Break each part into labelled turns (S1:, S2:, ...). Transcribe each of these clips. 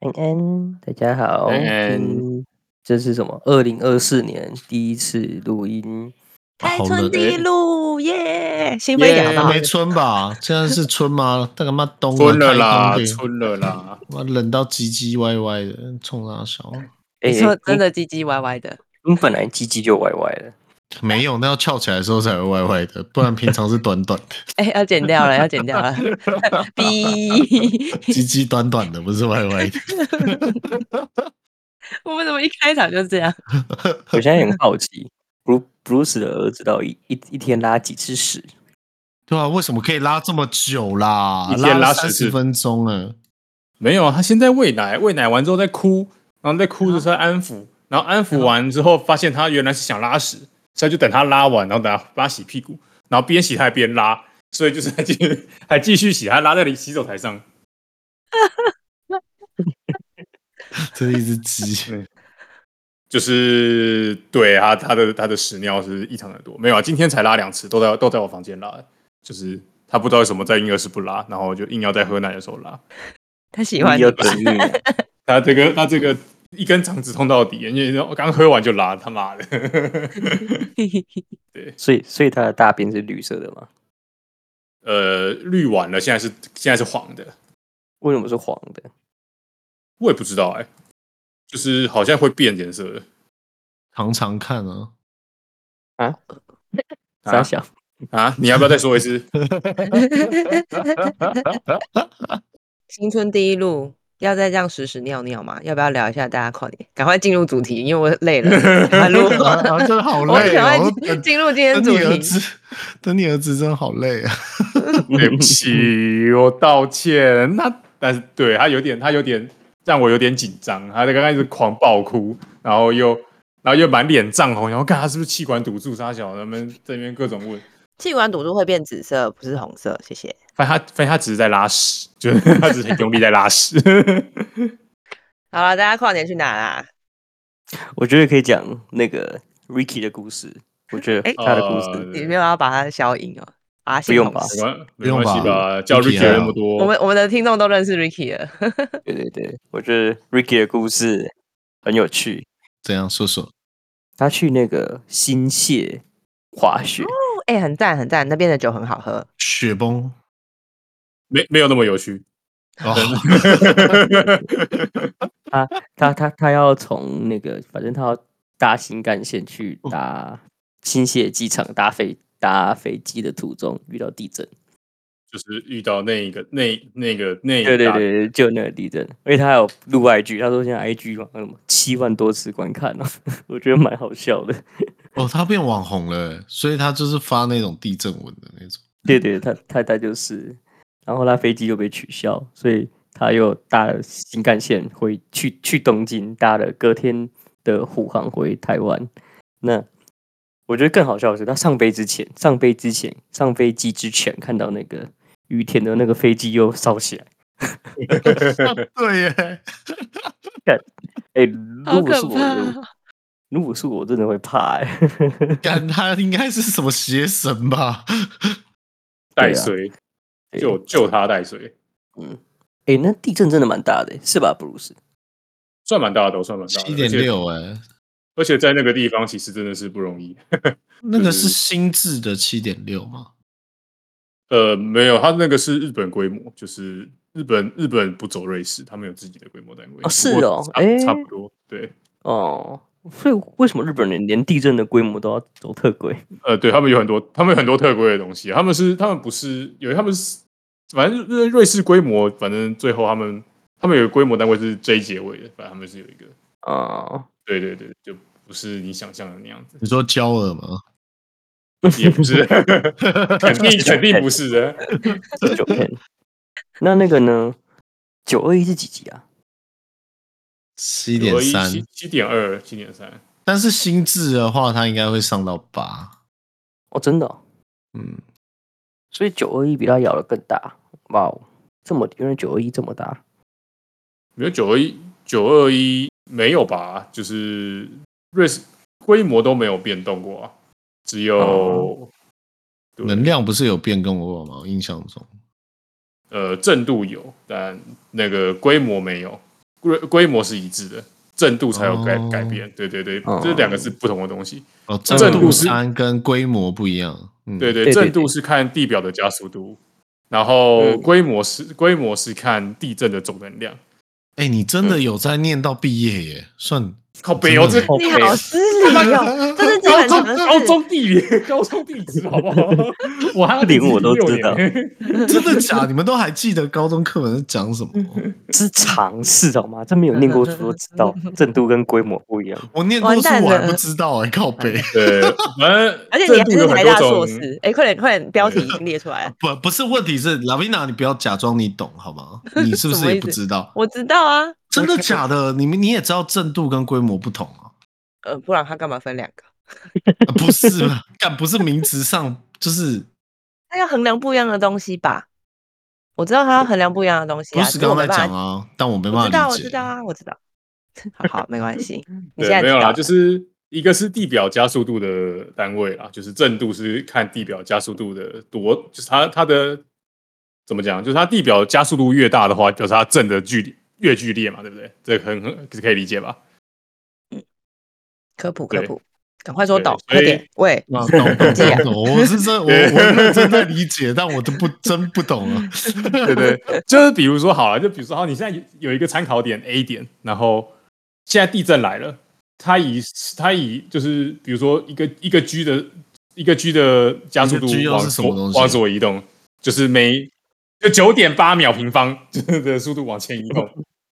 S1: 安安，大家好，
S2: 安安
S1: 嗯这是什么？二零二四年第一次录音，
S3: 开
S4: 好
S3: 春
S4: 冷
S3: 第一路耶，兴奋一点好不好
S4: 没？春吧？现在是春吗？大个妈冬
S5: 春了啦
S4: 太冬，天
S5: 春了啦！
S4: 妈冷到唧唧歪歪的，冲他笑。
S3: 你
S1: 哎
S3: 说真，的唧唧歪歪的，
S1: 你本来鸡鸡就歪歪的，
S4: 没有，那要翘起来的时候才会歪歪的，不然平常是短短的，
S3: 哎，要剪掉了，要剪掉了， 哔！
S4: 唧唧短短的，不是歪歪的。
S3: 我们怎么一开场就这样？
S1: 我现在很好奇，Bru Bruce 的儿子到底一一天拉几次屎？
S4: 对啊，为什么可以拉这么久啦？
S5: 一天拉
S4: 三
S5: 10
S4: 十
S5: 次
S4: 分钟了，
S5: 没有啊，他现在喂奶，喂奶完之后在哭，然后在哭的时候安抚，然后安抚完之后发现他原来是想拉屎，所以就等他拉完，然后等他帮他洗屁股，然后边洗他还边拉，所以就是还继续还继续洗，还拉在洗手台上。
S4: 这是一 只鸡。
S5: 就是对他他的他的屎尿是异常的多，没有啊，今天才拉两次，都在都在我房间拉，就是他不知道为什么在婴儿室不拉，然后就硬要在喝奶的时候拉。
S3: 他喜欢你
S1: 有等你，
S5: 他这个他这个一根肠子痛到底，因为我刚喝完就拉，他妈的！
S1: 所以所以他的大便是绿色的吗？
S5: 呃，绿完了，现在是现在是黄的，
S1: 为什么是黄的？
S5: 我也不知道哎、就是好像会变颜色的
S4: 常常看啊，
S5: 啊
S1: 傻小，
S5: 啊！你要不要再说一次？
S3: 新春第一路要再这样屎屎尿尿嘛？要不要聊一下？大家快点，赶快进入主题，因为我累了，赶快录。
S4: 啊啊真的 好
S3: 我
S4: 累
S3: 赶
S4: 哦。
S3: 快
S4: 等
S3: 进入今天
S4: 等
S3: 主
S4: 你儿
S3: 题。
S4: 子，等你儿子真的好累啊！
S5: 对不起，我道歉。那但是对他有点，他有点让我有点紧张。他在刚开始狂暴哭，然后又然后又满脸涨红，然后看他是不是气管堵住，啥小他们这边各种问。
S3: 气管堵住会变紫色，不是红色，谢谢。
S5: 发现他发现他只是在拉屎， 就是他只是很用力在拉屎。
S3: 好了，大家跨年去哪啦？
S1: 我觉得可以讲那个 Ricky 的故事，我觉得
S3: 哎
S1: 他的故事，
S3: 你没有要把它消音哦，啊，
S1: 不用吧
S5: 没关没关系
S4: 不用吧
S5: 吧，叫 Ricky
S4: Ricky
S5: 有那
S4: 还好
S5: 么多，
S3: 我们我们的听众都认识 Ricky 了，
S1: 对对对，我觉得 Ricky 的故事很有趣。
S4: 怎样说说？
S1: 他去那个新泻滑雪，
S3: 哎、很赞很赞，那边的酒很好喝。
S4: 雪崩
S5: 没没有那么有趣。
S4: 哦，
S1: 他他他要从那个，反正他要搭新干线去搭新泻机场搭飞搭飞机的途中遇到地震，
S5: 就是遇到那一个那那个那一
S1: 对对
S5: 大
S1: 对，对就那个地震，而且他还有录 IG，他说现在 IG 网什么七万多次观看了、 我觉得蛮好笑的。
S4: 哦，他变网红了，欸所以他就是发那种地震文的那 种。
S1: 对对，他他他就是，然后他飞机又被取消，所以他又搭了新干线回去去东京，搭了隔天的虎航回台湾。那我觉得更好笑的是，他上飞之前，上飞之前，上飞机之前看到那个雨田的那个飞机又烧起来。
S4: 对耶，
S1: 哎、如果是我， 如果是我，真的会怕、欸。
S4: 感他应该是什么邪神吧？
S5: 带水，
S1: 对
S5: 救救他带水，
S1: 哎、那地震真的蛮大的欸、是吧，布鲁斯？
S5: 算蛮大的哦，算蛮大的，
S4: 七点六
S5: 而且
S4: 哎，
S5: 而且在那个地方其实真的是不容易。
S4: 那个
S5: 就是是
S4: 新制的七点六吗？
S5: 呃，没有，他那个是日本规模，就是日本日本不走瑞士，他们有自己的规模单位。
S1: 哦是
S5: 不过
S1: 哦
S5: 差
S1: 诶
S5: 差不多。对，
S1: 哦，所以为什么日本人连地震的规模都要走特规？
S5: 呃，对他们有很多，他们有很多特规的东西，他们是他们不是有他们是，反正瑞瑞士规模，反正最后他们他们有个规模单位是 J 结尾的，反正他们是有一个，
S1: 哦，
S5: 对对对，就不是你想象的那样子，
S4: 你说焦 耳吗？
S5: 也不是，肯定肯定不是的，
S1: 九片，那那个呢？九二一是几级啊？
S4: 七点三，
S5: 七七点二，七点三，
S4: 但是心智的话，它应该会上到八。
S1: 哦，真的哦、
S4: 嗯，
S1: 所以九二一比它咬的更大。哇哦，这么原来九二一这么大，
S5: 没有九二一，九二一没有吧？就是瑞士规模都没有变动过啊，只有、
S1: 哦
S5: 对
S4: 能量不是有变更过吗？我印象中，
S5: 呃震度有，但那个规模没有，规规模是一致的，震度才有改、
S4: 哦
S5: 改变。对对对，
S1: 哦
S5: 这两个是不同的东西。
S4: 哦，
S5: 震
S4: 震
S5: 度
S4: 度
S5: 是
S4: 三跟规模不一样。嗯，
S5: 对对，
S1: 对对
S5: 震度是看地表的加速度，然后
S1: 嗯
S5: 规模是规模是看地震的总能量。
S4: 哎、你真
S5: 嗯
S4: 的有在念到毕业耶？算
S5: 靠北哦，这
S4: 真的
S3: 你好失礼 哦，这是基
S5: 高
S3: 本
S5: 中
S3: 常
S5: 高
S3: 识。
S5: 中地理， 高中地址好不好？ 我还要
S1: 连我都知 道
S5: 自己六年
S4: 真的假？你们都还记得高中课本是讲什么？
S3: 嗯
S1: 这是常识好吗？这没有念过书都知 道，震度跟规模不一样。
S4: 我念过
S3: 完
S4: 书，
S3: 蛋
S4: 我还
S3: 了
S4: 不知道哎、靠背。
S5: 对，反正
S3: 而且你
S5: 震度有
S3: 还是台
S5: 很
S3: 大
S5: 多
S3: 硕
S5: 种，
S3: 士，哎，快点快点，标题已经列出 来了。
S4: 不，不是问题是拉维娜，你不要假装你懂好吗？ 你是不
S3: 什么意
S4: 是
S3: 思
S4: 也不知道？
S3: 我知道啊，
S4: 真的假的？你们你也知道震度跟规模不同 啊？
S3: 呃，不然他干嘛分两个？
S4: 啊不是吧，干不是名词上就是
S3: 他要衡量不一样的东西吧？我知道他要衡量不一样的东西
S4: 不
S3: 啊，
S4: 是
S3: 只我
S4: 刚
S3: 没
S4: 才
S3: 办法
S4: 讲啊，但我没
S3: 我知
S4: 办法
S3: 道，
S4: 理
S3: 我
S4: 解
S3: 知。道啊，我知道。 好好，没关系。你
S5: 对，
S3: 现在
S5: 没有
S3: 知道
S5: 啦，
S3: 了
S5: 就是一个是地表加速度的单位啦，就是震度是看地表加速度的多，就是它它的怎么讲，就是它地表加速度越大的话，表示它震的距离越剧烈嘛，对不对？这个很很可以理解吧？
S3: 科普
S5: 对
S3: 科普，赶快说
S5: 对
S3: 懂，
S5: 所
S3: 快
S5: 以
S3: 点喂。
S4: 啊懂懂
S3: 这样
S4: 懂懂，我是真我我认真在理解，但我都不真不懂 啊。
S5: 对对，就是比如说好了，就比如说好，你现在有有一个参考点 A 点，然后现在地震来了，它以它以就是比如说一个一个 G 的一个 G 的加速度
S4: 一个 G 又
S5: 往
S4: 是什么
S5: 左
S4: 东西
S5: 往左移动，就是每就九点八秒平方 的速度往前移动，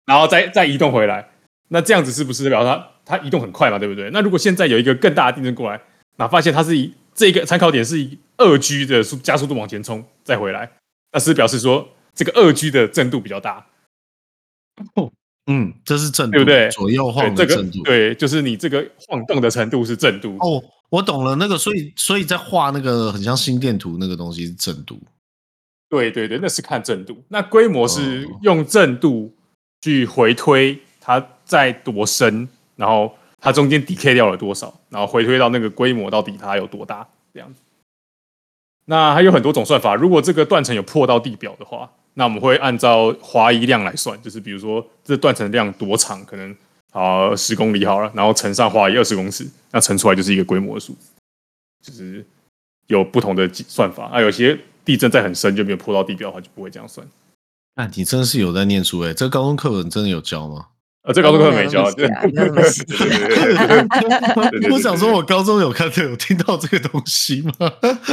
S5: 然后再再移动回来，那这样子是不是代表它它移动很快嘛？对不对？那如果现在有一个更大的地震过来，那发现它是以这个参考点是以二 G 的速加速度往前冲再回来，那是表示说这个二 G 的震度比较大，
S4: 嗯，这是震度，
S5: 对不对
S4: 左右
S5: 对
S4: 晃
S5: 这
S4: 的
S5: 个
S4: 震度。
S5: 对，就是你这个晃动的程度是震度，
S4: 哦，我懂了，那个，所以所以在画那个很像心电图那个东西是震度。
S5: 对对对，那是看震度，那规模是
S4: 哦
S5: 用震度去回推它在多深，然后它中间 decay 掉了多少，然后回推到那个规模到底它有多大这样子。那还有很多种算法，如果这个断层有破到地表的话，那我们会按照滑移量来算，就是比如说这断层量多长，可能好十公里好了，然后乘上滑移二十公尺，那乘出来就是一个规模的数字，就是有不同的计算法啊。有些地震在很深就没有破到地表的话，就不会这样算。
S4: 那你真是有在念书哎、这高中课本真的有 教吗？
S5: 呃，这高中课没教，
S3: 没有
S5: 对
S3: 那么细啊没有那么细
S5: 对对
S4: 我想说，我高中有看到有听到这个东西吗？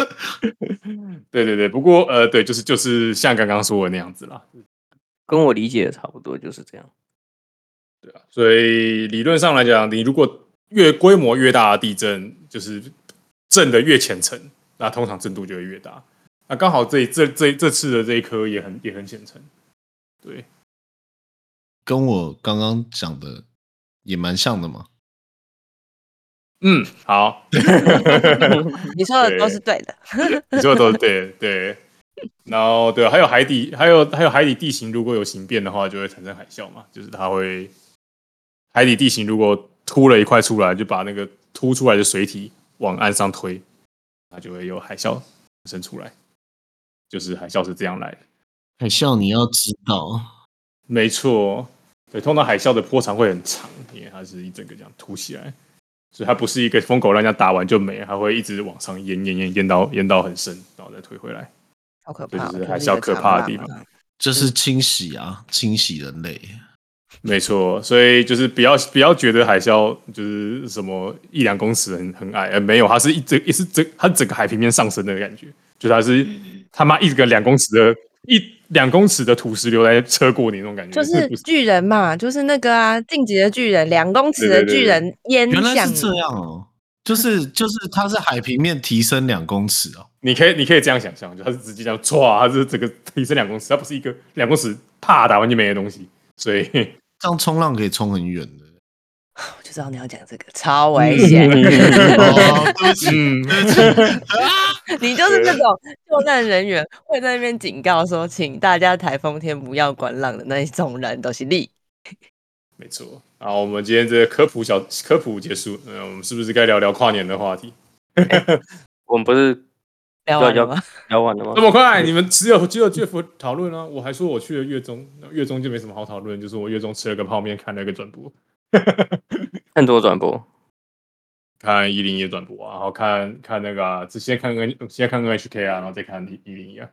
S5: 对对对。不过呃，对，就是就是像刚刚说的那样子啦，
S1: 跟我理解的差不多，就是 这样。
S5: 对啊。所以理论上来讲，你如果越规模越大的地震，就是震的越浅层，那通常震度就会越大。那刚好这这这这次的这一颗也很也很浅层，对。
S4: 跟我刚刚讲的也蛮像的嘛。
S5: 嗯，好，
S3: 你说的都是对的。
S5: 你说的都是对的对。然后对，还有海底，还有还有海底地形，如果有形变的话，就会产生海啸嘛，就是它会海底地形如果凸了一块出来，就把那个凸出来的水体往岸上推，它就会有海啸产生出来，就是海啸是这样来的。
S4: 海啸，你要知道，
S5: 没错，对，通常海啸的波长会很长，因为它是一整个这样凸起来，所以它不是一个风口浪尖打完就没了，它会一直往上淹淹淹淹到淹到很深，然后再推回来。
S3: 好可
S5: 这
S3: 怕哦，
S5: 就是还
S3: 一
S5: 是要
S3: 个
S5: 可
S3: 长
S5: 怕的
S3: 浪
S5: 地
S3: 啊
S5: 方。
S4: 这是清洗啊，清洗人类。
S5: 没错，所以就是不要不要觉得海啸就是什么一两公尺很很矮，呃，没有，它是一整也是整它整个海平面上升的感觉，就它是
S3: 嗯
S5: 他妈一个两公尺的一两公尺的土石流来车过你那种感觉，
S3: 就是
S5: 嗯不是
S3: 巨人嘛，就是那个啊，晋级的巨人，两公尺
S5: 对
S3: 的
S5: 对对
S3: 巨人淹
S4: 原来
S3: 向
S4: 是
S3: 你，
S4: 这样哦， 就是就是它是海平面提升两公尺哦，
S5: 你可以你可以这样想象，就它是直接这样唰，它是整个提升两公尺，它不是一个两公尺啪打完就没的东西，所以
S4: 这样冲浪可以冲很远 的。
S3: 我就知道你要讲这个，超危险。
S4: 哦，对不起，
S5: 嗯，
S4: 对不起，
S3: 你就是这种救难人员会在那边警告说，请大家台风天不要观浪的那一种人，都是力。
S5: 没错。好，我们今天这个科普小科普结束，嗯、我们是不是该聊聊跨年的话题？
S1: 我们不是
S3: 聊
S1: 要
S3: 完了
S1: 要
S3: 吗？
S1: 聊完了吗
S5: 这？么快，你们只有只有 Jeff 讨论啊！我还说我去了月中，那月中就没什么好讨论，就是我月中吃了个泡面，看了个转播，
S1: 看多转播，
S5: 看一零一转播啊，然后看看那个、啊，之前看 N 先看 NHK 啊，然后再看一零一啊。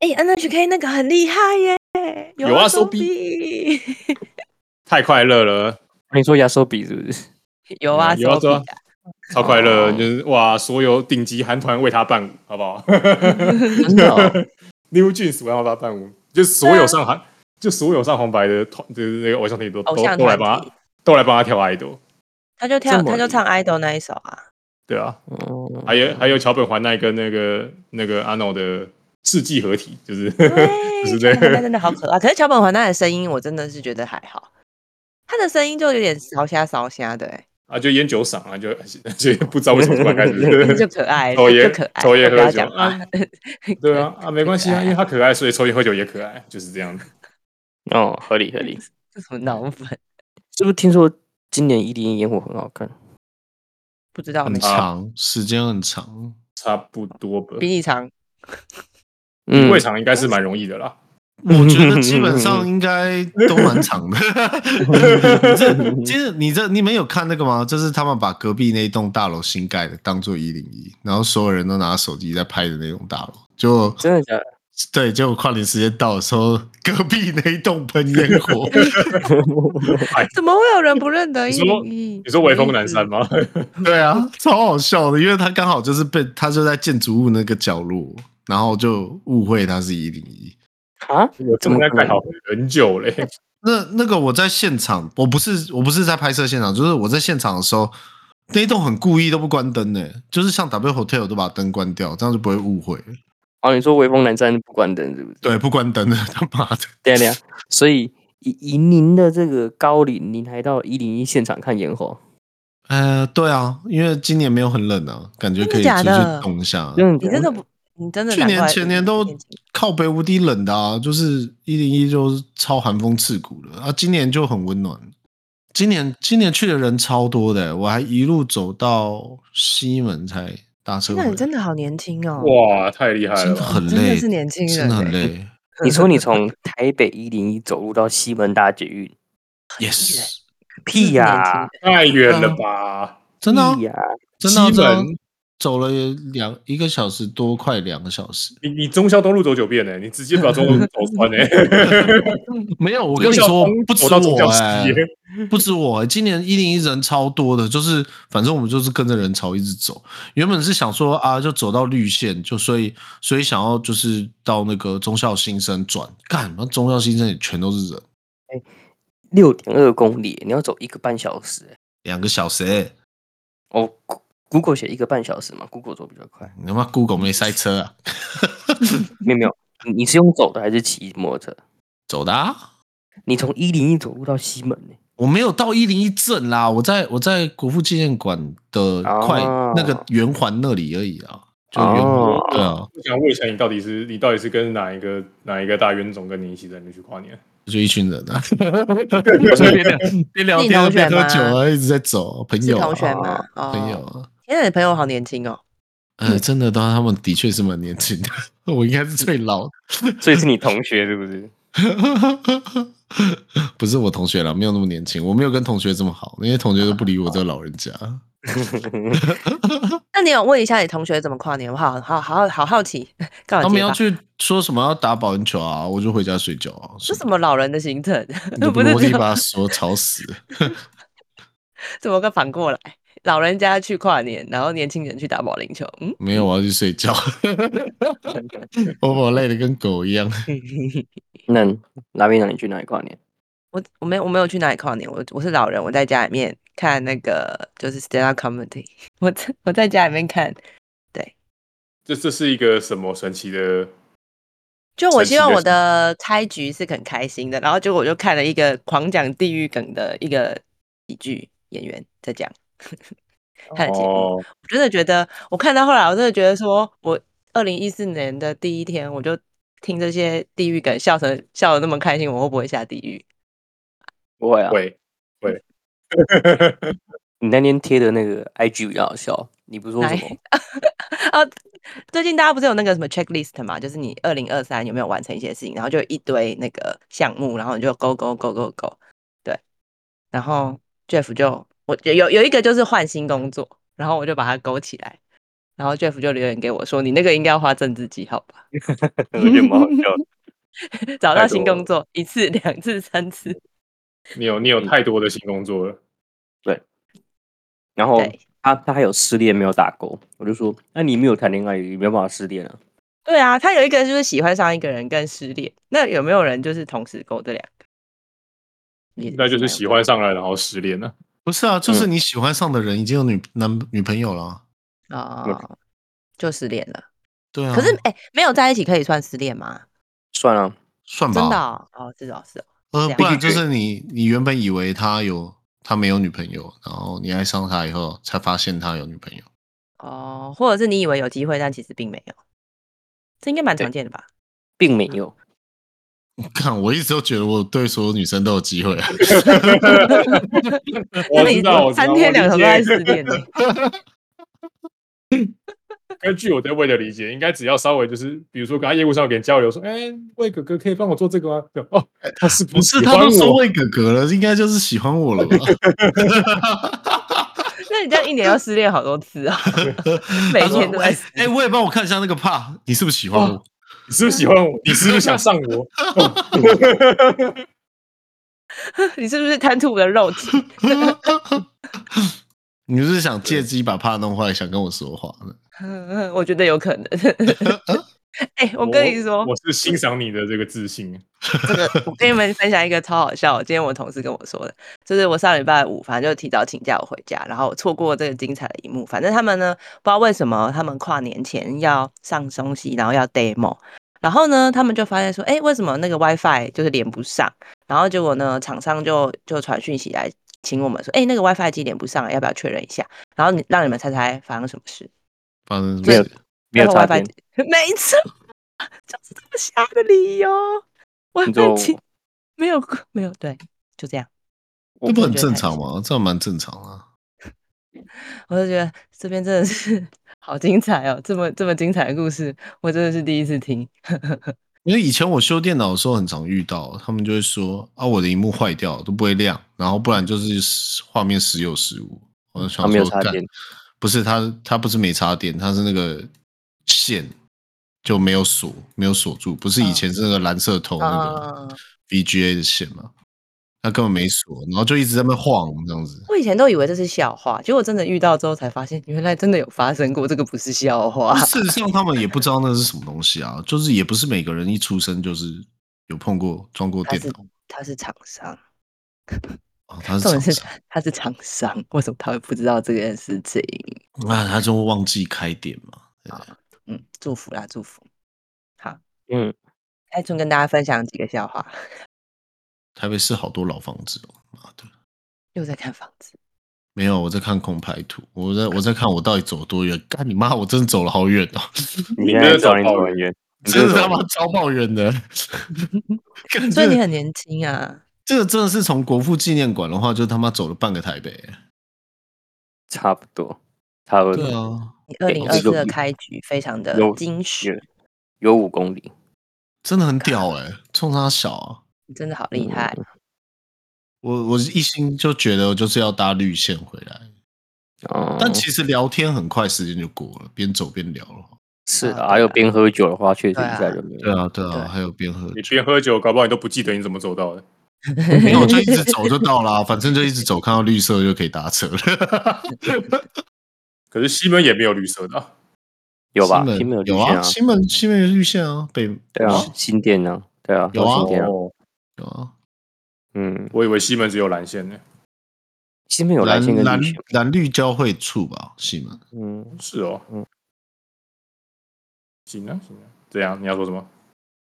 S3: 哎、n h k 那个很厉害耶，
S5: 有啊
S3: 手
S5: 手
S3: 臂，
S5: 太快乐了，
S1: 你说压缩比是不是？
S3: 有啊，
S5: 有啊
S3: 手
S5: 对啊
S3: 臂啊
S5: 超快乐了，
S1: 哦
S5: 就是哇，所有顶级韩团为他伴舞，好不 好
S3: 啊
S1: 真的哦、
S5: ？New Jeans 为他伴舞，就所有上韩，就所有上红白的团，就是那个偶像团体都
S3: 啊偶像
S5: 都都来
S3: 团
S5: 帮
S3: 体
S5: 他，，都来帮他跳爱豆，
S3: 他就跳，
S1: 这么
S3: 他就
S1: 厉
S3: 唱 idol 那一首啊，
S5: 对啊，
S1: 嗯
S5: 还有还有桥本环奈跟那个那个阿诺的世纪合体，就是
S3: 对，
S5: 是这
S3: 桥本环奈
S5: 样
S3: 真的好可爱。可是桥本环奈的声音，我真的是觉得还好，他的声音就有点烧瞎烧瞎的、欸，
S5: 啊，就烟酒嗓啊，就 就不知道为什么突然开
S3: 哎，就
S5: 始
S3: 可爱，
S5: 抽
S3: 就
S5: 烟
S3: 可爱，
S5: 抽烟
S3: 不要
S5: 喝酒
S3: 讲话
S5: 啊，， 对啊啊，没关系啊，因为他可爱，所以抽烟喝酒也可爱，就是这样子。
S1: 哦，合理合理。
S3: 这什么脑粉？
S1: 是不是听说今年一零一烟火很好看？
S3: 不知道
S4: 很
S3: 没有，
S4: 长，时间很长。
S5: 差不多吧，
S3: 比 你长。
S1: 嗯
S5: 会场应该是蛮容易的啦。
S4: 我觉得基本上应该都蛮长的。这其实你这你们有看那个吗？就是他们把隔壁那一栋大楼新盖的当做一零一，然后所有人都拿手机在拍的那栋大楼，就
S1: 真的假的？
S4: 对，结果跨年时间到的时候，隔壁那一栋喷烟火，
S3: 怎么会有人不认得
S5: 你
S3: 一
S5: 说
S3: 零一？
S5: 你说威风南山吗？
S4: 对啊，超好笑的，因为他刚好就是被他就在建筑物那个角落，然后就误会他是一零一。
S1: 啊？
S5: 我这么该盖好很久嘞，
S4: 那那个我在现场，我不是我不是在拍摄现场，就是我在现场的时候，那一栋很故意都不关灯呢、就是像 W Hotel 都把灯关掉，这样就不会误会。
S1: 哦，你说威风南山不关灯是不是？
S4: 对，不关灯的，他妈的，
S1: 对呀对呀。所以以以您的这个高龄，您还到一零一现场看烟火，
S4: 呃，对啊，因为今年没有很冷啊，感觉可
S3: 真的
S4: 以
S3: 假
S4: 出
S3: 的
S4: 去动一下。啊
S1: 真的
S3: 你
S1: 假
S3: 真的不，你真的
S4: 去
S3: 难
S4: 年
S3: 怪
S4: 前年
S3: 101
S4: 都
S3: 年轻
S4: 靠北无敌冷的啊，就是一零一就是超寒风刺骨的啊，今年就很温暖。今年今年去的人超多的、欸我还一路走到西门才搭车
S3: 天
S4: 回
S3: 哪，
S4: 来。
S3: 你真的好年轻哦！
S5: 哇，太厉害了
S4: 真的
S5: 吧！
S4: 很累，
S3: 真的是年轻人
S4: 真的很
S3: 欸
S4: 累。
S1: 你说 你从台北一零一走路到西门大捷运，
S4: Yes，
S1: 屁呀、
S5: 太远了吧？
S4: 真的啊、
S1: 屁呀、
S4: 真的啊、
S5: 西
S4: 真的啊
S5: 门
S4: 走了两一个小时多，快两个小时。
S5: 你你忠孝东路走九遍呢，你直接把忠孝东路走穿呢。
S4: 没有，我跟你说，不
S5: 走
S4: 止
S5: 到忠
S4: 我
S5: 孝
S4: 哎、
S5: 西耶，
S4: 不止我、欸，今年一零一人超多的，就是反正我们就是跟着人潮一直走。原本是想说啊，就走到绿线，就所以所以想要就是到那个中校新生转，干，那中校新生也全都是人，
S1: 六点二公里，你要走一个半小时、欸。
S4: 两个小时、欸，
S1: 哦，Gu-，Google 写一个半小时嘛，Google 走比较快。
S4: 你他妈 Google 没塞车啊，
S1: 没有没有，你你是用走的还是骑摩托车？
S4: 走的、啊。
S1: 你从一零一走路到西门、欸，
S4: 我没有到一零一镇啦，我在我在国父纪念馆的快、
S1: 哦
S4: 那个圆环那里而已啊，就圆环、
S1: 哦
S4: 对啊，
S5: 我想问一下，你到底是你到底是跟哪一个哪一个大冤种跟你一起在那边去跨年？
S4: 就一群人 啊，
S1: 边聊
S4: 边聊
S3: 是你同
S4: 天
S3: 学
S4: 边喝酒
S3: 吗
S4: 啊，一直在走朋
S3: 是
S4: 友、
S3: 同学
S4: 啊、
S3: 吗？哦，
S4: 朋友。啊，
S3: 天哪，你朋友好年轻哦！
S4: 呃，真的，当然他们的确是蛮年轻的， 我应该是最老的，
S1: 所以是你同学是不是？
S4: 不是我同学啦，没有那么年轻，我没有跟同学这么好，那些同学都不理我这个老人家。
S3: 那你有问一下你同学怎么跨年？我好好好好好奇，干
S4: 他
S3: 嘛
S4: 们
S3: 结
S4: 要
S3: 巴？
S4: 去说什么要打保龄球啊，我就回家睡觉啊。
S3: 是什么老人的行程？
S4: 你的
S3: 不是
S4: 落
S3: 只
S4: 地
S3: 有
S4: 把他手吵死了。
S3: 怎么个反过来？老人家去跨年，然后年轻人去打保龄球。嗯，
S4: 没有，我要去睡觉。 我把我累得跟狗一样。
S1: 那拉面让你去哪里跨年？
S3: 我我没有我没有去哪里跨年，我我是老人，我在家里面看那个就是 stand up comedy，我 在我在家里面看，
S5: 这这是一个什么神奇的？
S3: 就我
S5: 神
S3: 希
S5: 奇
S3: 望
S5: 的
S3: 我
S5: 事
S3: 的开局是很开心的，然后结果我就看了一个狂讲地狱梗的一个喜剧演员在讲 嗯他的节目，
S5: 哦，
S3: 我真的觉得我看到后来，我真的觉得说我二零一四年的第一天我就听这些地狱梗笑成笑得那么开心，我会不会下地狱？
S1: 不会啊，
S5: 会会，
S1: 你那天贴的那个 IG 比较好笑，你不是说什
S3: 哪
S1: 么
S3: 一？ 啊，最近大家不是有那个什么 checklist 嘛，就是你二零二三有没有完成一些事情，然后就一堆那个项目，然后你就勾勾勾勾勾，对。然后 Jeff 就我有有一个就是换新工作，然后我就把它勾起来，然后 Jeff 就留言给我说：“你那个应该要花政治记号吧？
S1: 我觉得蛮好笑的。
S3: 找
S5: 太
S3: 到新
S5: 多
S3: 工
S5: 了
S3: 作一次、两次、三次。
S5: 你有你有太多的新工作了，
S1: 然
S5: 哦
S1: 后
S3: 对
S1: 他他还有失恋没有打勾，我就说，那你没有谈恋爱，你没有办法失恋啊。”
S3: 对啊，他有一个就是喜欢上一个人跟失恋，那有没有人就是同时勾这两个？也
S5: 那就是
S3: 蛮有
S5: 喜
S3: 可能
S5: 欢上来然后失恋了。
S4: 不是啊，就是你喜欢上的人已经有女男女朋友了啊，
S3: 啊、
S1: 有
S3: 就失恋了。
S4: 对啊，
S3: 可是哎、没有在一起可以算失恋吗？
S1: 算了，
S4: 算吧，
S3: 真的哦，哦是哦是哦，
S4: 呃
S3: 这，样
S4: 不然就是你你原本以为他有他没有女朋友，然后你爱上他以后才发现他有女朋友，
S3: 哦，或者是你以为有机会，但其实并没有，这应该蛮
S1: 对
S5: 哎
S3: 常见的吧？
S1: 并没
S3: 嗯
S1: 有。
S4: 看我一直都觉得我对所有女生都有机会啊，
S5: 我
S3: 那你
S5: 知道，我知道
S3: 三天
S5: 我理
S3: 两头都
S5: 解
S3: 在失恋 呢、
S5: 根据我对魏的理解，应该只要稍微就是，比如说跟他业务上有点交流，说，哎、魏哥哥可以帮我做这个吗？就哦，
S3: 哎
S5: 他是
S4: 不
S5: 不
S4: 是
S5: 喜
S4: 他
S5: 欢
S4: 都说
S5: 我？
S4: 魏哥哥了，应该就是喜欢我了 吧？
S3: 那你这样一年要失恋好多次 啊、每
S4: 他说
S3: 天都在
S4: 哎
S3: 失
S4: 哎，我也帮我看一下那个帕，你是不是喜欢
S3: 哦
S4: 我？
S5: 你是不是喜欢我？你是不是想上我？
S3: 你是不是贪图我的肉体？
S4: 你是不是想借机把帕弄坏，想跟我说话呢？
S3: 我觉得有 可能。 哎、 我跟你说，
S5: 我是欣赏你的这个自信。啊
S3: 这个我跟你们分享一个超好笑的，今天我同事跟我说的，就是我上礼拜五反正就提早请假我回家，然后我错过这个精彩的一幕。反正他们呢，不知道为什么他们跨年前要上东西，然后要 demo，然后呢，他们就发现说，哎，为什么那个 WiFi 就是连不上？然后结果呢，厂商就就传讯息来请我们说，哎，那个 WiFi 机连不上，要不要确认一下？然后你让你们猜猜发生什么事？
S4: 发生什么
S1: 没有
S4: 事
S1: 没有
S3: 然后
S1: 插
S3: WiFi
S1: 电，
S3: 没错，就是这么瞎的理由。WiFi
S1: 就
S3: 机没有 没有对，就这样。
S4: 这不很
S3: 我觉得
S4: 正
S3: 还
S4: 常
S3: 行
S4: 吗？这样蛮正常啊。
S3: 我就觉得这边真的是 好精彩哦，这么这么精彩的故事，我真的是第一次听。
S4: 因为以前我修电脑的时候，很常遇到，他们就会说啊，我的荧幕坏掉了都不会亮，然后不然就是画面时有时无。我就想
S1: 他
S4: 说，
S1: 没有插
S4: 干
S1: 电，
S4: 不是他，他不是没插电，他是那个线就没有锁，没有锁住，不是
S1: 嗯
S4: 以前是那个蓝色头那
S3: 啊
S4: 个 VGA 的线嘛，他根本没锁，然后就一直在那边晃这样子。
S3: 我以前都以为这是笑话，结果真的遇到之后才发现，原来真的有发生过，这个不是笑话。
S4: 事实上，他们也不知道那是什么东西啊，就是也不是每个人一出生就是有碰过装过
S3: 他
S4: 电
S3: 是
S4: 脑
S3: 他是厂商，
S4: 啊，他是
S3: 重点
S4: 厂
S3: 是
S4: 商。
S3: 他他是厂商，为什么他会不知道这件事情？
S4: 那他就会忘记开店嘛。
S3: 嗯，祝福啦，祝福。好，
S1: 嗯，
S3: 艾春跟大家分享几个笑话，
S4: 台北市好多老房子哦，妈的！
S3: 又在看房子。
S4: 没有，我在看空拍图，我在我在看我到底走多远。干你妈！我真的走了好远哦，
S1: 你
S5: 你
S1: 现
S5: 真
S1: 在
S5: 的
S1: 找
S5: 找
S1: 你
S5: 到
S1: 走
S5: 了
S1: 很远，
S4: 真的
S1: 这
S4: 他妈超抱怨 的。干
S3: 所以
S4: 这
S3: 你
S4: 个
S3: 很年轻啊，
S4: 这个真的是从国父纪念馆的话，就他妈走了半个台北。欸
S1: 差不多，差不
S4: 对
S1: 多
S4: 啊，
S3: 你二零二
S1: 这
S3: 四
S1: 个
S3: 的
S1: 比
S3: 开局非常的
S1: 有
S3: 惊喜，
S1: 有五公里，
S4: 真的很屌哎、冲他小啊！
S3: 你真的好厉害。
S4: 我我一心就觉得我就是要搭绿线回来，
S1: 嗯，
S4: 但其实聊天很快时间就过了，边走边聊了。
S1: 是
S3: 啊
S1: 啊，还有
S3: 对啊
S1: 边喝酒的话，确实一
S3: 对啊
S1: 下就没有。
S4: 对啊，对
S3: 对
S4: 啊，还有边喝
S5: 你
S4: 酒。
S5: 边喝酒，搞不好你都不记得你怎么走到的。
S4: 没有，我就一直走就到啦， 反正就一直走，看到绿色就可以搭车了。
S5: 可是西门也没有绿色的啊、
S1: 有吧？
S4: 西
S1: 西门
S4: 门
S1: 有绿
S4: 有
S1: 线
S4: 啊，西门西门有绿线啊，北
S1: 对啊，新店呢？对啊，
S4: 有
S1: 都
S6: 哦
S4: 啊
S1: 新店啊，
S5: 哦，
S4: 有啊，
S1: 嗯，
S5: 我以为西门只有蓝线呢。
S1: 西门有蓝
S4: 蓝
S1: 线跟
S4: 蓝
S1: 绿线吗，
S4: 蓝绿交汇处吧，西门。
S2: 嗯，
S5: 是哦，
S2: 嗯
S5: 嗯，行啊行啊，怎样？你要说什么？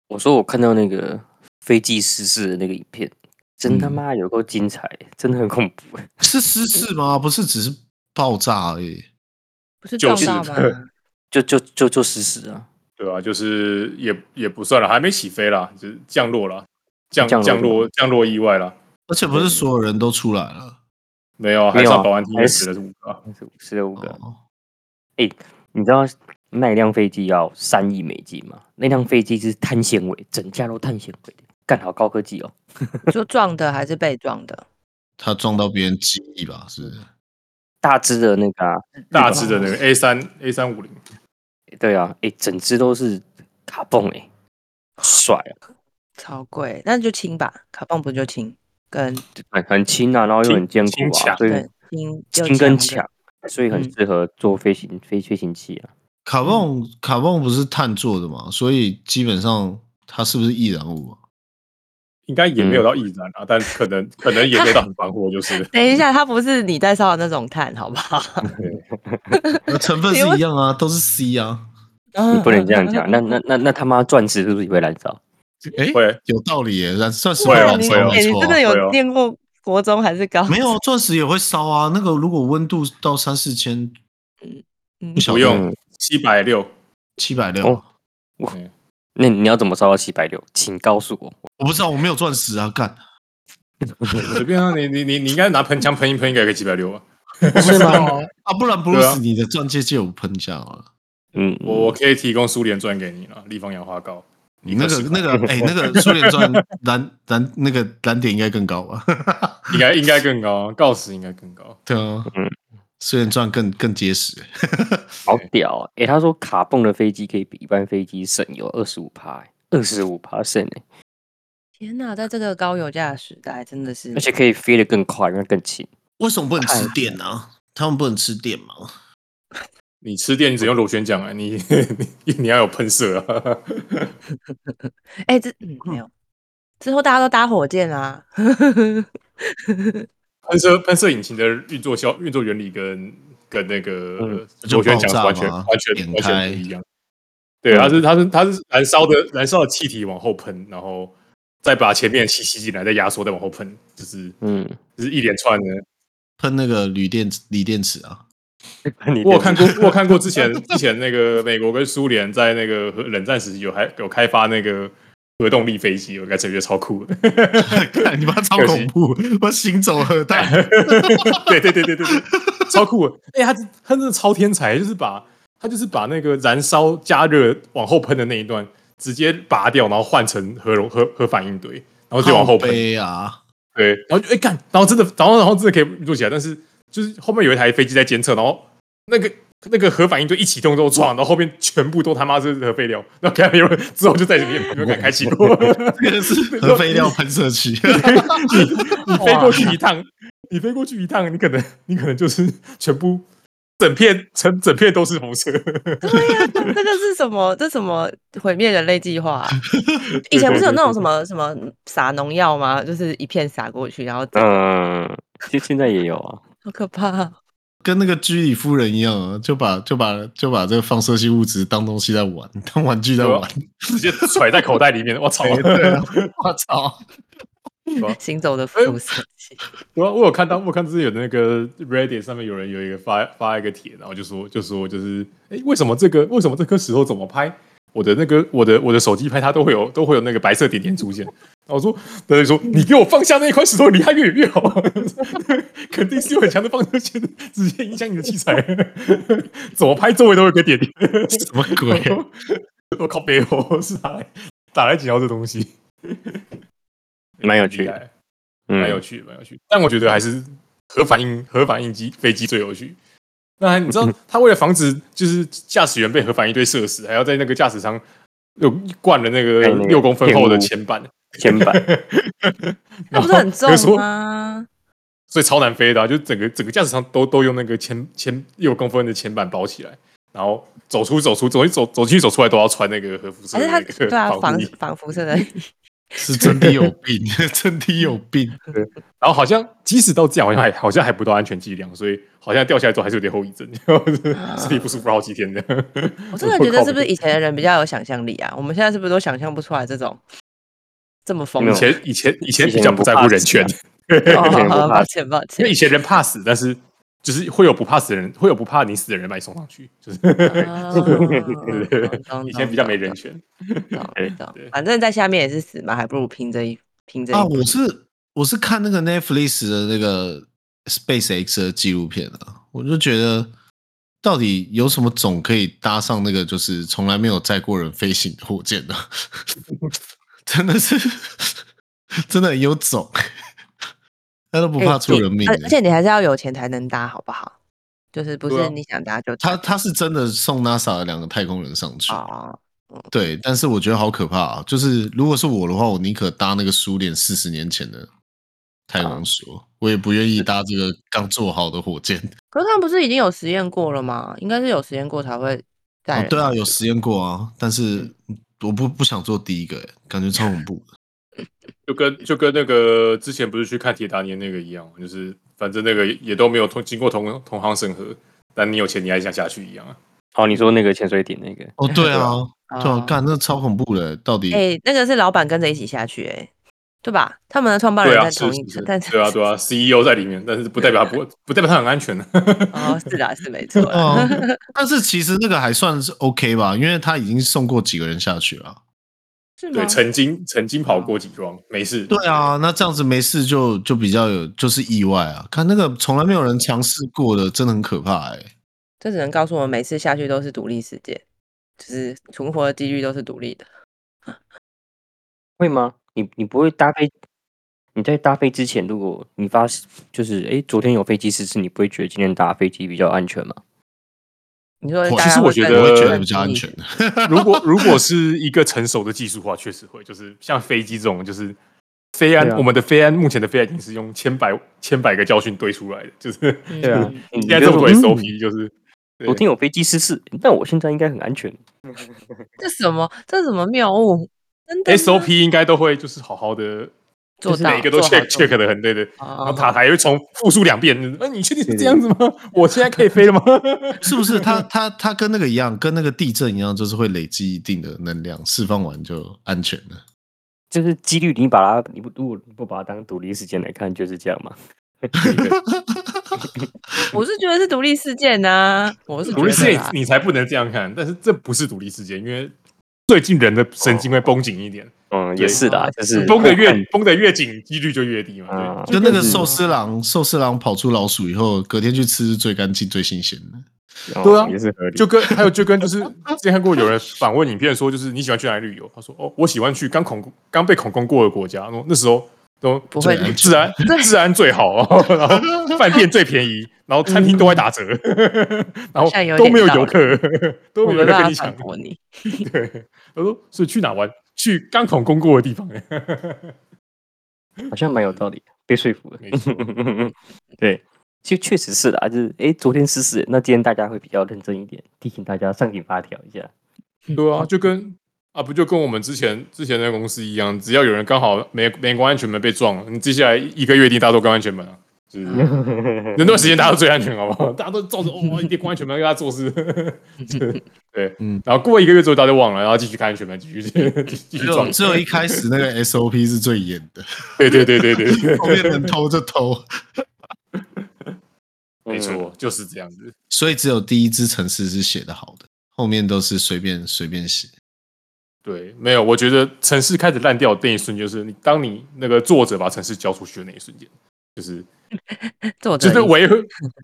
S1: 我说我看到那个飞机失事的那个影片，真他
S4: 嗯
S1: 妈有够精彩，真的很恐怖。
S4: 是失事吗？不是，只是爆炸而已。
S3: 不是
S5: 就
S3: 撞
S5: 是
S3: 到吗？
S1: 就就就就失事啊！
S5: 对啊，就是也也不算了，还没起飞啦，就是降落啦，降
S1: 降
S5: 降
S1: 落
S5: 落降落意外啦。
S4: 而且不是所有人都出来了。
S5: 没有啊，
S1: 没
S5: 还
S1: 有啊
S5: 上保安厅
S1: 还
S5: 死
S1: 是
S5: 的是五个啊，
S1: 是十五个，
S4: 哦，
S1: 你知道那一辆飞机要三亿美金吗？那辆飞机是碳纤维，整架都碳纤维的，干好高科技哦！
S3: 就撞的还是被撞的？
S4: 他撞到别人记忆吧？是不是？
S1: 大只的那个、啊，
S5: 大致的那 个 A 三 A 三五零，
S1: 对啊，哎、整只都是卡蹦哎、帅啊，
S3: 超贵，那就轻吧，卡棒不就轻？跟
S1: 很很轻啊，然后又很坚固
S5: 轻
S1: 啊，
S5: 强
S1: 所以
S3: 对轻又
S1: 轻跟
S3: 强
S1: 强，所以很
S3: 嗯
S1: 适合做飞行飞飞行器啊。
S4: 卡泵卡泵不是碳做的嘛，所以基本上它是不是易燃物啊？
S5: 应该也没有到易燃
S1: 嗯
S5: 啊，但可能可能也没有到很防火，就是
S3: 等一下，它不是你在烧的那种碳，好不好？
S4: 那成分是一样啊，都是 C 啊。
S1: 你不
S5: 嗯
S1: 能这样 讲，那那那那他妈钻石是不是也会燃烧？
S4: 诶，
S1: 啊
S5: 会
S4: 有道理耶，燃钻石
S5: 会哦
S4: 燃烧
S5: 会哦
S4: 没
S3: 哎你
S4: 错
S3: 真
S4: 啊
S3: 的
S5: 会
S3: 有
S5: 哦
S3: 念过国中还是高？
S4: 没有，钻石也会烧啊。那个如果温度到三四千，
S3: 嗯
S4: 不，小
S5: 不
S4: 用
S5: 用七百六，哎
S4: 七百六，
S1: 哦那你要怎么烧到七百六？请告诉我。
S4: 我不知道，我没有钻石啊，干，
S5: 随便啊，你你你你应该拿喷枪喷一喷，应该可以七百六啊。
S4: 是吗？啊，不然布鲁
S5: 对啊
S4: 斯，你的钻戒借我喷啊一下好了。
S1: 嗯，
S5: 我我可以提供苏联钻给你了，立方氧化膏。
S4: 你那个
S5: 一
S4: 那个哎、那个苏联钻蓝蓝那个蓝点应该更高吧？
S5: 应该应该更高，啊锆石应该更高。
S4: 对啊，
S1: 嗯
S4: 苏联钻更更结实。
S1: 好屌啊！诶，他说卡蹦的飞机可以比一般飞机省油二十五趴，欸二十五趴省欸诶，
S3: 天哪，在这个高油价的时代，真的是
S1: 而且可以飞得更快，因为更轻。
S4: 为什么不能吃电啊？他们不能吃电吗？
S5: 你吃电，你只用螺旋桨啊，你 你你要有喷射啊。
S3: 哎、这、嗯、没有。之后大家都搭火箭啊啦、
S5: 喷射喷射引擎的运作效运作原理跟跟那个
S1: 嗯
S5: 螺旋桨是完全
S4: 就爆炸嘛
S5: 完全
S4: 点
S5: 完
S4: 开
S5: 全不一样。对，
S1: 嗯
S5: 它是它是它是燃烧的燃烧的气体往后喷，然后再把前面的气吸进来，再压缩，再往后喷，就是
S1: 嗯，
S5: 就是一连串的。
S4: 喷那个铝电锂电池啊？
S1: 你
S5: 我有看过，我有看过之前之前那个美国跟苏联在那个核冷战时期有还有开发那个核动力飞机，我感觉得超酷的。
S4: 看你妈超恐怖！我行走核 弹，
S5: 对对对对对对，超酷的！哎、他他真的超天才，就是把他就是把那个燃烧加热往后喷的那一段直接拔掉，然后换成核融核核反应堆，然后就往后喷。
S4: 背啊！
S5: 对，然后就哎干、然后真的，然后然后真的可以做起来，但是就是后面有一台飞机在监测，然后那个。那个核反应堆一启动之后撞，然后后面全部都他妈是核废料，那看没有人之后就再也没有没有敢开启过。
S4: 这个是核废料喷射 器，
S5: 你飞过去一趟，你飞过去一趟，你可能你可能就是全部整片成整片都是红色。
S3: 这这个是什么？这什么毁灭人类计 划啊、以前不是有那种什么什么撒农药吗？就是一片撒过去，然后整
S1: 嗯，现现在也有啊。
S3: 好可怕啊、
S4: 跟那个居里夫人一样啊，就把就把就把这个放射性物质当东西在玩， 当玩具在玩。
S5: 直接揣在口袋里面，我 操！
S4: 对
S5: 对
S4: 对
S5: 啊
S4: 啊，我操！
S3: 行走
S5: 哎
S3: 的辐射器。
S5: 我有看到，我有看之前有那个 Reddit 上面有人有一个发发一个帖，然后就说就说就是，哎，为什么这个为什么这颗石头怎么拍？我的那个我的我的手机拍它都会有都会有那个白色点点出现。然后我说，等于说你给我放下那一块石头，离它越远越好， 肯定是有很强的放射线，直接影响你的器材。 怎么拍周围都有个点点，
S4: 什么鬼？
S1: 啊
S5: 我靠北欧，我是打来打来解药这东西，
S1: 蛮有趣的
S5: 厉害
S1: 嗯，
S5: 蛮有趣，蛮有趣。但我觉得还是核反应核反应机飞机最有趣。那你知
S1: 嗯
S5: 道，他为了防止就是驾驶员被核反应堆射死，还要在那个驾驶舱又灌了那个
S1: 哎那个
S5: 六公分厚的
S1: 电路
S5: 铅板，
S1: 千版
S3: 那啊
S5: 然后
S3: 不是 很
S5: 比如说
S3: 重吗？
S5: 所以超难飞的、啊，就整个整个驾驶舱都都用那个铅铅六公分的铅板包起来，然后走出走出走一走走进去走出来都要穿那个核辐射
S3: 还
S5: 的
S3: 是它
S5: 那个
S3: 对啊，
S5: 防
S3: 防
S5: 护衣
S3: 防辐射的
S4: 是真的有 病，真的有病。
S5: 然后好像即使到这样，好像还好像还不到安全剂量，所以好像掉下来之后还是有点后遗症， 就是身体不舒服好几天这样。
S3: 我真的觉得是不 是以前的人比较有想象力啊？我们现在是不是都想象不出来这种这么疯
S5: 以
S3: 的？
S5: 前以前以前
S2: 以前
S5: 比较不啊在乎人权
S2: 不，
S3: 哦
S2: 以前不怕
S3: 抱歉抱
S5: 因
S3: 歉
S5: 为以，前人怕死，但是就是会有不怕死的人，会有不怕你死的人把你送上去， 就是、
S3: 啊懂懂懂
S5: 以前比较没人权。哎
S3: 懂懂懂
S5: 对
S3: 反正在下面也是死嘛，还不如拼这一拼这一
S4: 啊，
S3: 步
S4: 我是我是看那个 Netflix 的那个 Space X 的纪录片啊，我就觉得到底有什么种可以搭上那个就是从来没有载过人飞行的火 箭呢、真的是真的很有种， 他都不
S3: 哎
S4: 怕出
S3: 对
S4: 人命、
S3: 而
S4: 欸
S3: 而且你还是要有钱才能搭，好不好？就是不
S5: 对啊
S3: 是你想搭就搭
S4: 他他是真的送 NASA 的两个太空人上去，
S3: 哦，
S4: 对，但是我觉得好可怕啊！就是如果是我的话，我宁可搭那个苏联四十年前的太
S3: 啊
S4: 空梭，我也不愿意搭这个刚做好的 火箭。
S3: 可是他们不是已经有实验过了吗？应该是有实验过才会带
S4: 哦
S3: 人、
S4: 对啊，有实验过啊，但是
S3: 嗯
S4: 我不不想做第一个、欸，感觉超恐怖 的。
S5: 就跟就跟那个之前不是去看铁达尼那个一样，就是反正那个也都没有通经过同同行审核，但你有钱你还想下去一样啊。
S1: 哦，你说那个潜水艇那个，
S4: 哦，对啊，对啊，
S3: 哦
S4: 干、那超恐怖的、到底、
S3: 哎、那个是老板跟着一起下去、哎，对吧？他们的创办
S5: 对
S3: 人
S5: 啊，
S3: 在
S5: 是
S3: 同一
S5: 是
S3: 个，
S5: 是，
S3: 但是
S5: 对啊对啊，CEO 在里面，但是不代表他不不代表他很安全啊的、
S3: 哦，是啦，是没错
S4: 对
S3: 啦。
S4: 啊，但是其实那个还算是 OK 吧，因为他已经送过几个人下去了。啊
S3: 是吗
S5: 对，？曾经曾经跑过几桩，
S3: 嗯
S5: 没事。
S4: 对啊，那这样子没事就就比较有就是意外啊。看那个从来没有人尝试过的，真的很可怕哎、
S3: 这只能告诉我们，每次下去都是独立事件，就是存活的几率都是独立的。
S1: 会吗？你你不会搭飞？你在搭飞之前，如果你发就是诶，昨天有飞机失事，你不会觉得今天搭飞机比较安全吗？
S3: 你说
S4: 我
S3: 大家
S4: 其实
S5: 我
S3: 会
S5: 觉
S3: 更
S5: 得
S4: 我会觉得
S3: 更
S4: 比较安
S3: 注意
S4: 全。 的。
S5: 如果如果是一个成熟的技术的话，确实会，就是像飞机这种，就是飞安、
S1: 对啊
S5: 我们的飞安目前的飞安已经是用千百千百个教训堆出来的，就是
S3: 对啊嗯
S1: 你
S5: 现在
S1: 就
S5: 这么多
S1: 说嗯
S5: SOP 就是。对
S1: 昨天有飞机失事，那我现在应该很安全。
S3: 这什么？这什么谬误？真的吗
S5: SOP 应该都会就是好好的，
S3: 做
S5: 就是
S3: 到
S5: 每个都
S3: 做好哦
S5: check
S3: 做
S5: check 的很对对，
S3: 好
S5: 然后
S3: 好好
S5: 塔台又重复述两遍，那、你确定是这样子吗？ 我现在可以飞了吗？
S4: 是不是？它它它跟那个一样，跟那个地震一样，就是会累积一定的能量，释放完就安全了。
S1: 就是几率，你把它，你不如果不把它当独立事件来看，就是这样嘛。
S3: 我是觉得是独立事件呐、我是
S5: 独立
S3: 觉
S5: 事
S3: 得
S5: 件
S3: 啦
S5: 你才不能这样看，但是这不是独立事件，因为最近人的神经会绷紧一点，
S1: 嗯，也是的，
S3: 哦
S1: 就是
S5: 绷得越
S1: 看
S5: 绷得越紧，几率就越低嘛。对，
S3: 嗯
S1: 啊，
S4: 跟那个寿司郎，寿司郎跑出老鼠以后，隔天去吃是最干净、最新鲜的。
S1: 哦
S5: 对啊
S1: 也是合理。
S5: 就跟还有就跟就是之前看过有人访问影片说，就是你喜欢去哪里旅游？他说哦，我喜欢去刚恐刚被恐攻过的国家，然后那时候都
S3: 不会
S5: 最治安治安最好，哦然后饭店最便宜，然后餐厅都在打折，然后
S3: 嗯好像有
S5: 都没有
S3: 点道
S5: 游客，都
S3: 我
S5: 没有
S3: 没
S5: 人跟
S3: 办法
S5: 你抢
S3: 反。驳你。
S5: 对，他说是去哪玩？去刚恐攻过的地方。
S1: 好像蛮有道理的，被说服了
S5: 没错。
S1: 对，就确实是的啊，就是诶，昨天失事，那今天大家会比较认真一点，提醒大家上紧发条一下。
S4: 嗯
S5: 对啊，就跟啊不就跟我们之前之前那个公司一样，只要有人刚好没没关安全门被撞了，你接下来一个月一定大家都关安全门啊。 就是那段时间大家都最安全，好不 好？大家都照着 哦，一定关安全门给他做事。 对，
S4: 嗯
S5: 嗯。然后过一个月之后，大家就忘了，然后继续开安全门，继续 继续继续
S4: 只有
S5: 撞。
S4: 只有一开始那 个 SOP 是最严的，
S5: 对对对对对 对，
S4: 后面能偷就偷。嗯
S5: 没错，就是这样子。
S4: 所以只有第一支城市是写的好的，后面都是随便随便写。
S5: 对，没有，我觉得城市开始烂掉的那一瞬间，就是你当你那个作者把城市交出去的那一瞬间，就是
S3: 作者
S5: 就是
S3: 意
S5: 维护，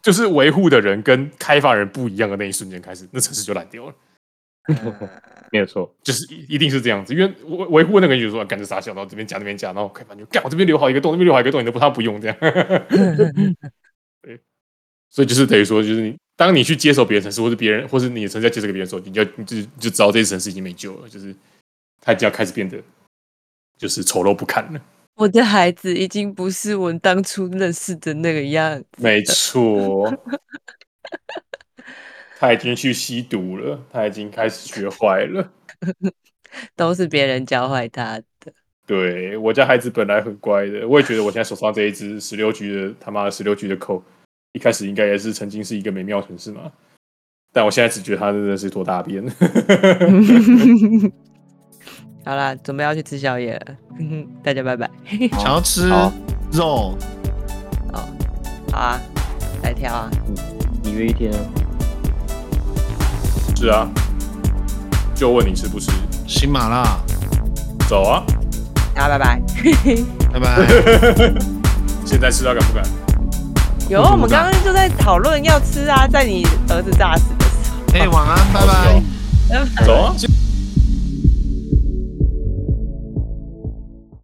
S5: 就是维护的人跟开发人不一样的那一瞬间开始，那城市就烂掉了。
S1: 没有错，
S5: 就是一一定是这样子，因为维维护的那个人就说干这傻笑，然后这边夹那边夹，然后开发就干我这边留好一个洞，那边留好一个洞，你都不他不用这 样。 对，所以就是等于说，就是你当你去接手别人城市，或是别人，或是你的城市要接手给别人的时候，你就你就你就知道这些城市已经没救了，就是它就要开始变得就是丑陋不堪了。
S3: 我的孩子已经不是我当初认识的那个样子。
S5: 没错，他已经去吸毒了，他已经开始学坏了。
S3: 都是别人教坏他的。
S5: 对我家孩子本来很乖的，我也觉得我现在手上这一只十六 G 的他妈的十六 G 的扣，一开始应该也是曾经是一个美妙城市嘛，但我现在只觉得它真的是坨大便。
S3: 好啦，准备要去吃宵夜了， 大家拜拜。
S4: 想要吃
S6: 好
S4: 肉，
S3: 好啊，来挑啊。
S1: 你约一天啊，
S5: 是啊，就问你吃不吃，
S4: 新麻辣，
S5: 走啊！
S3: 大家拜拜。
S4: 拜拜。
S5: 现在吃到敢不敢？
S3: 有，我们刚刚就在讨论要吃啊，在你儿子炸死的时候。
S4: 哎、晚安，拜拜。
S5: 走啊！现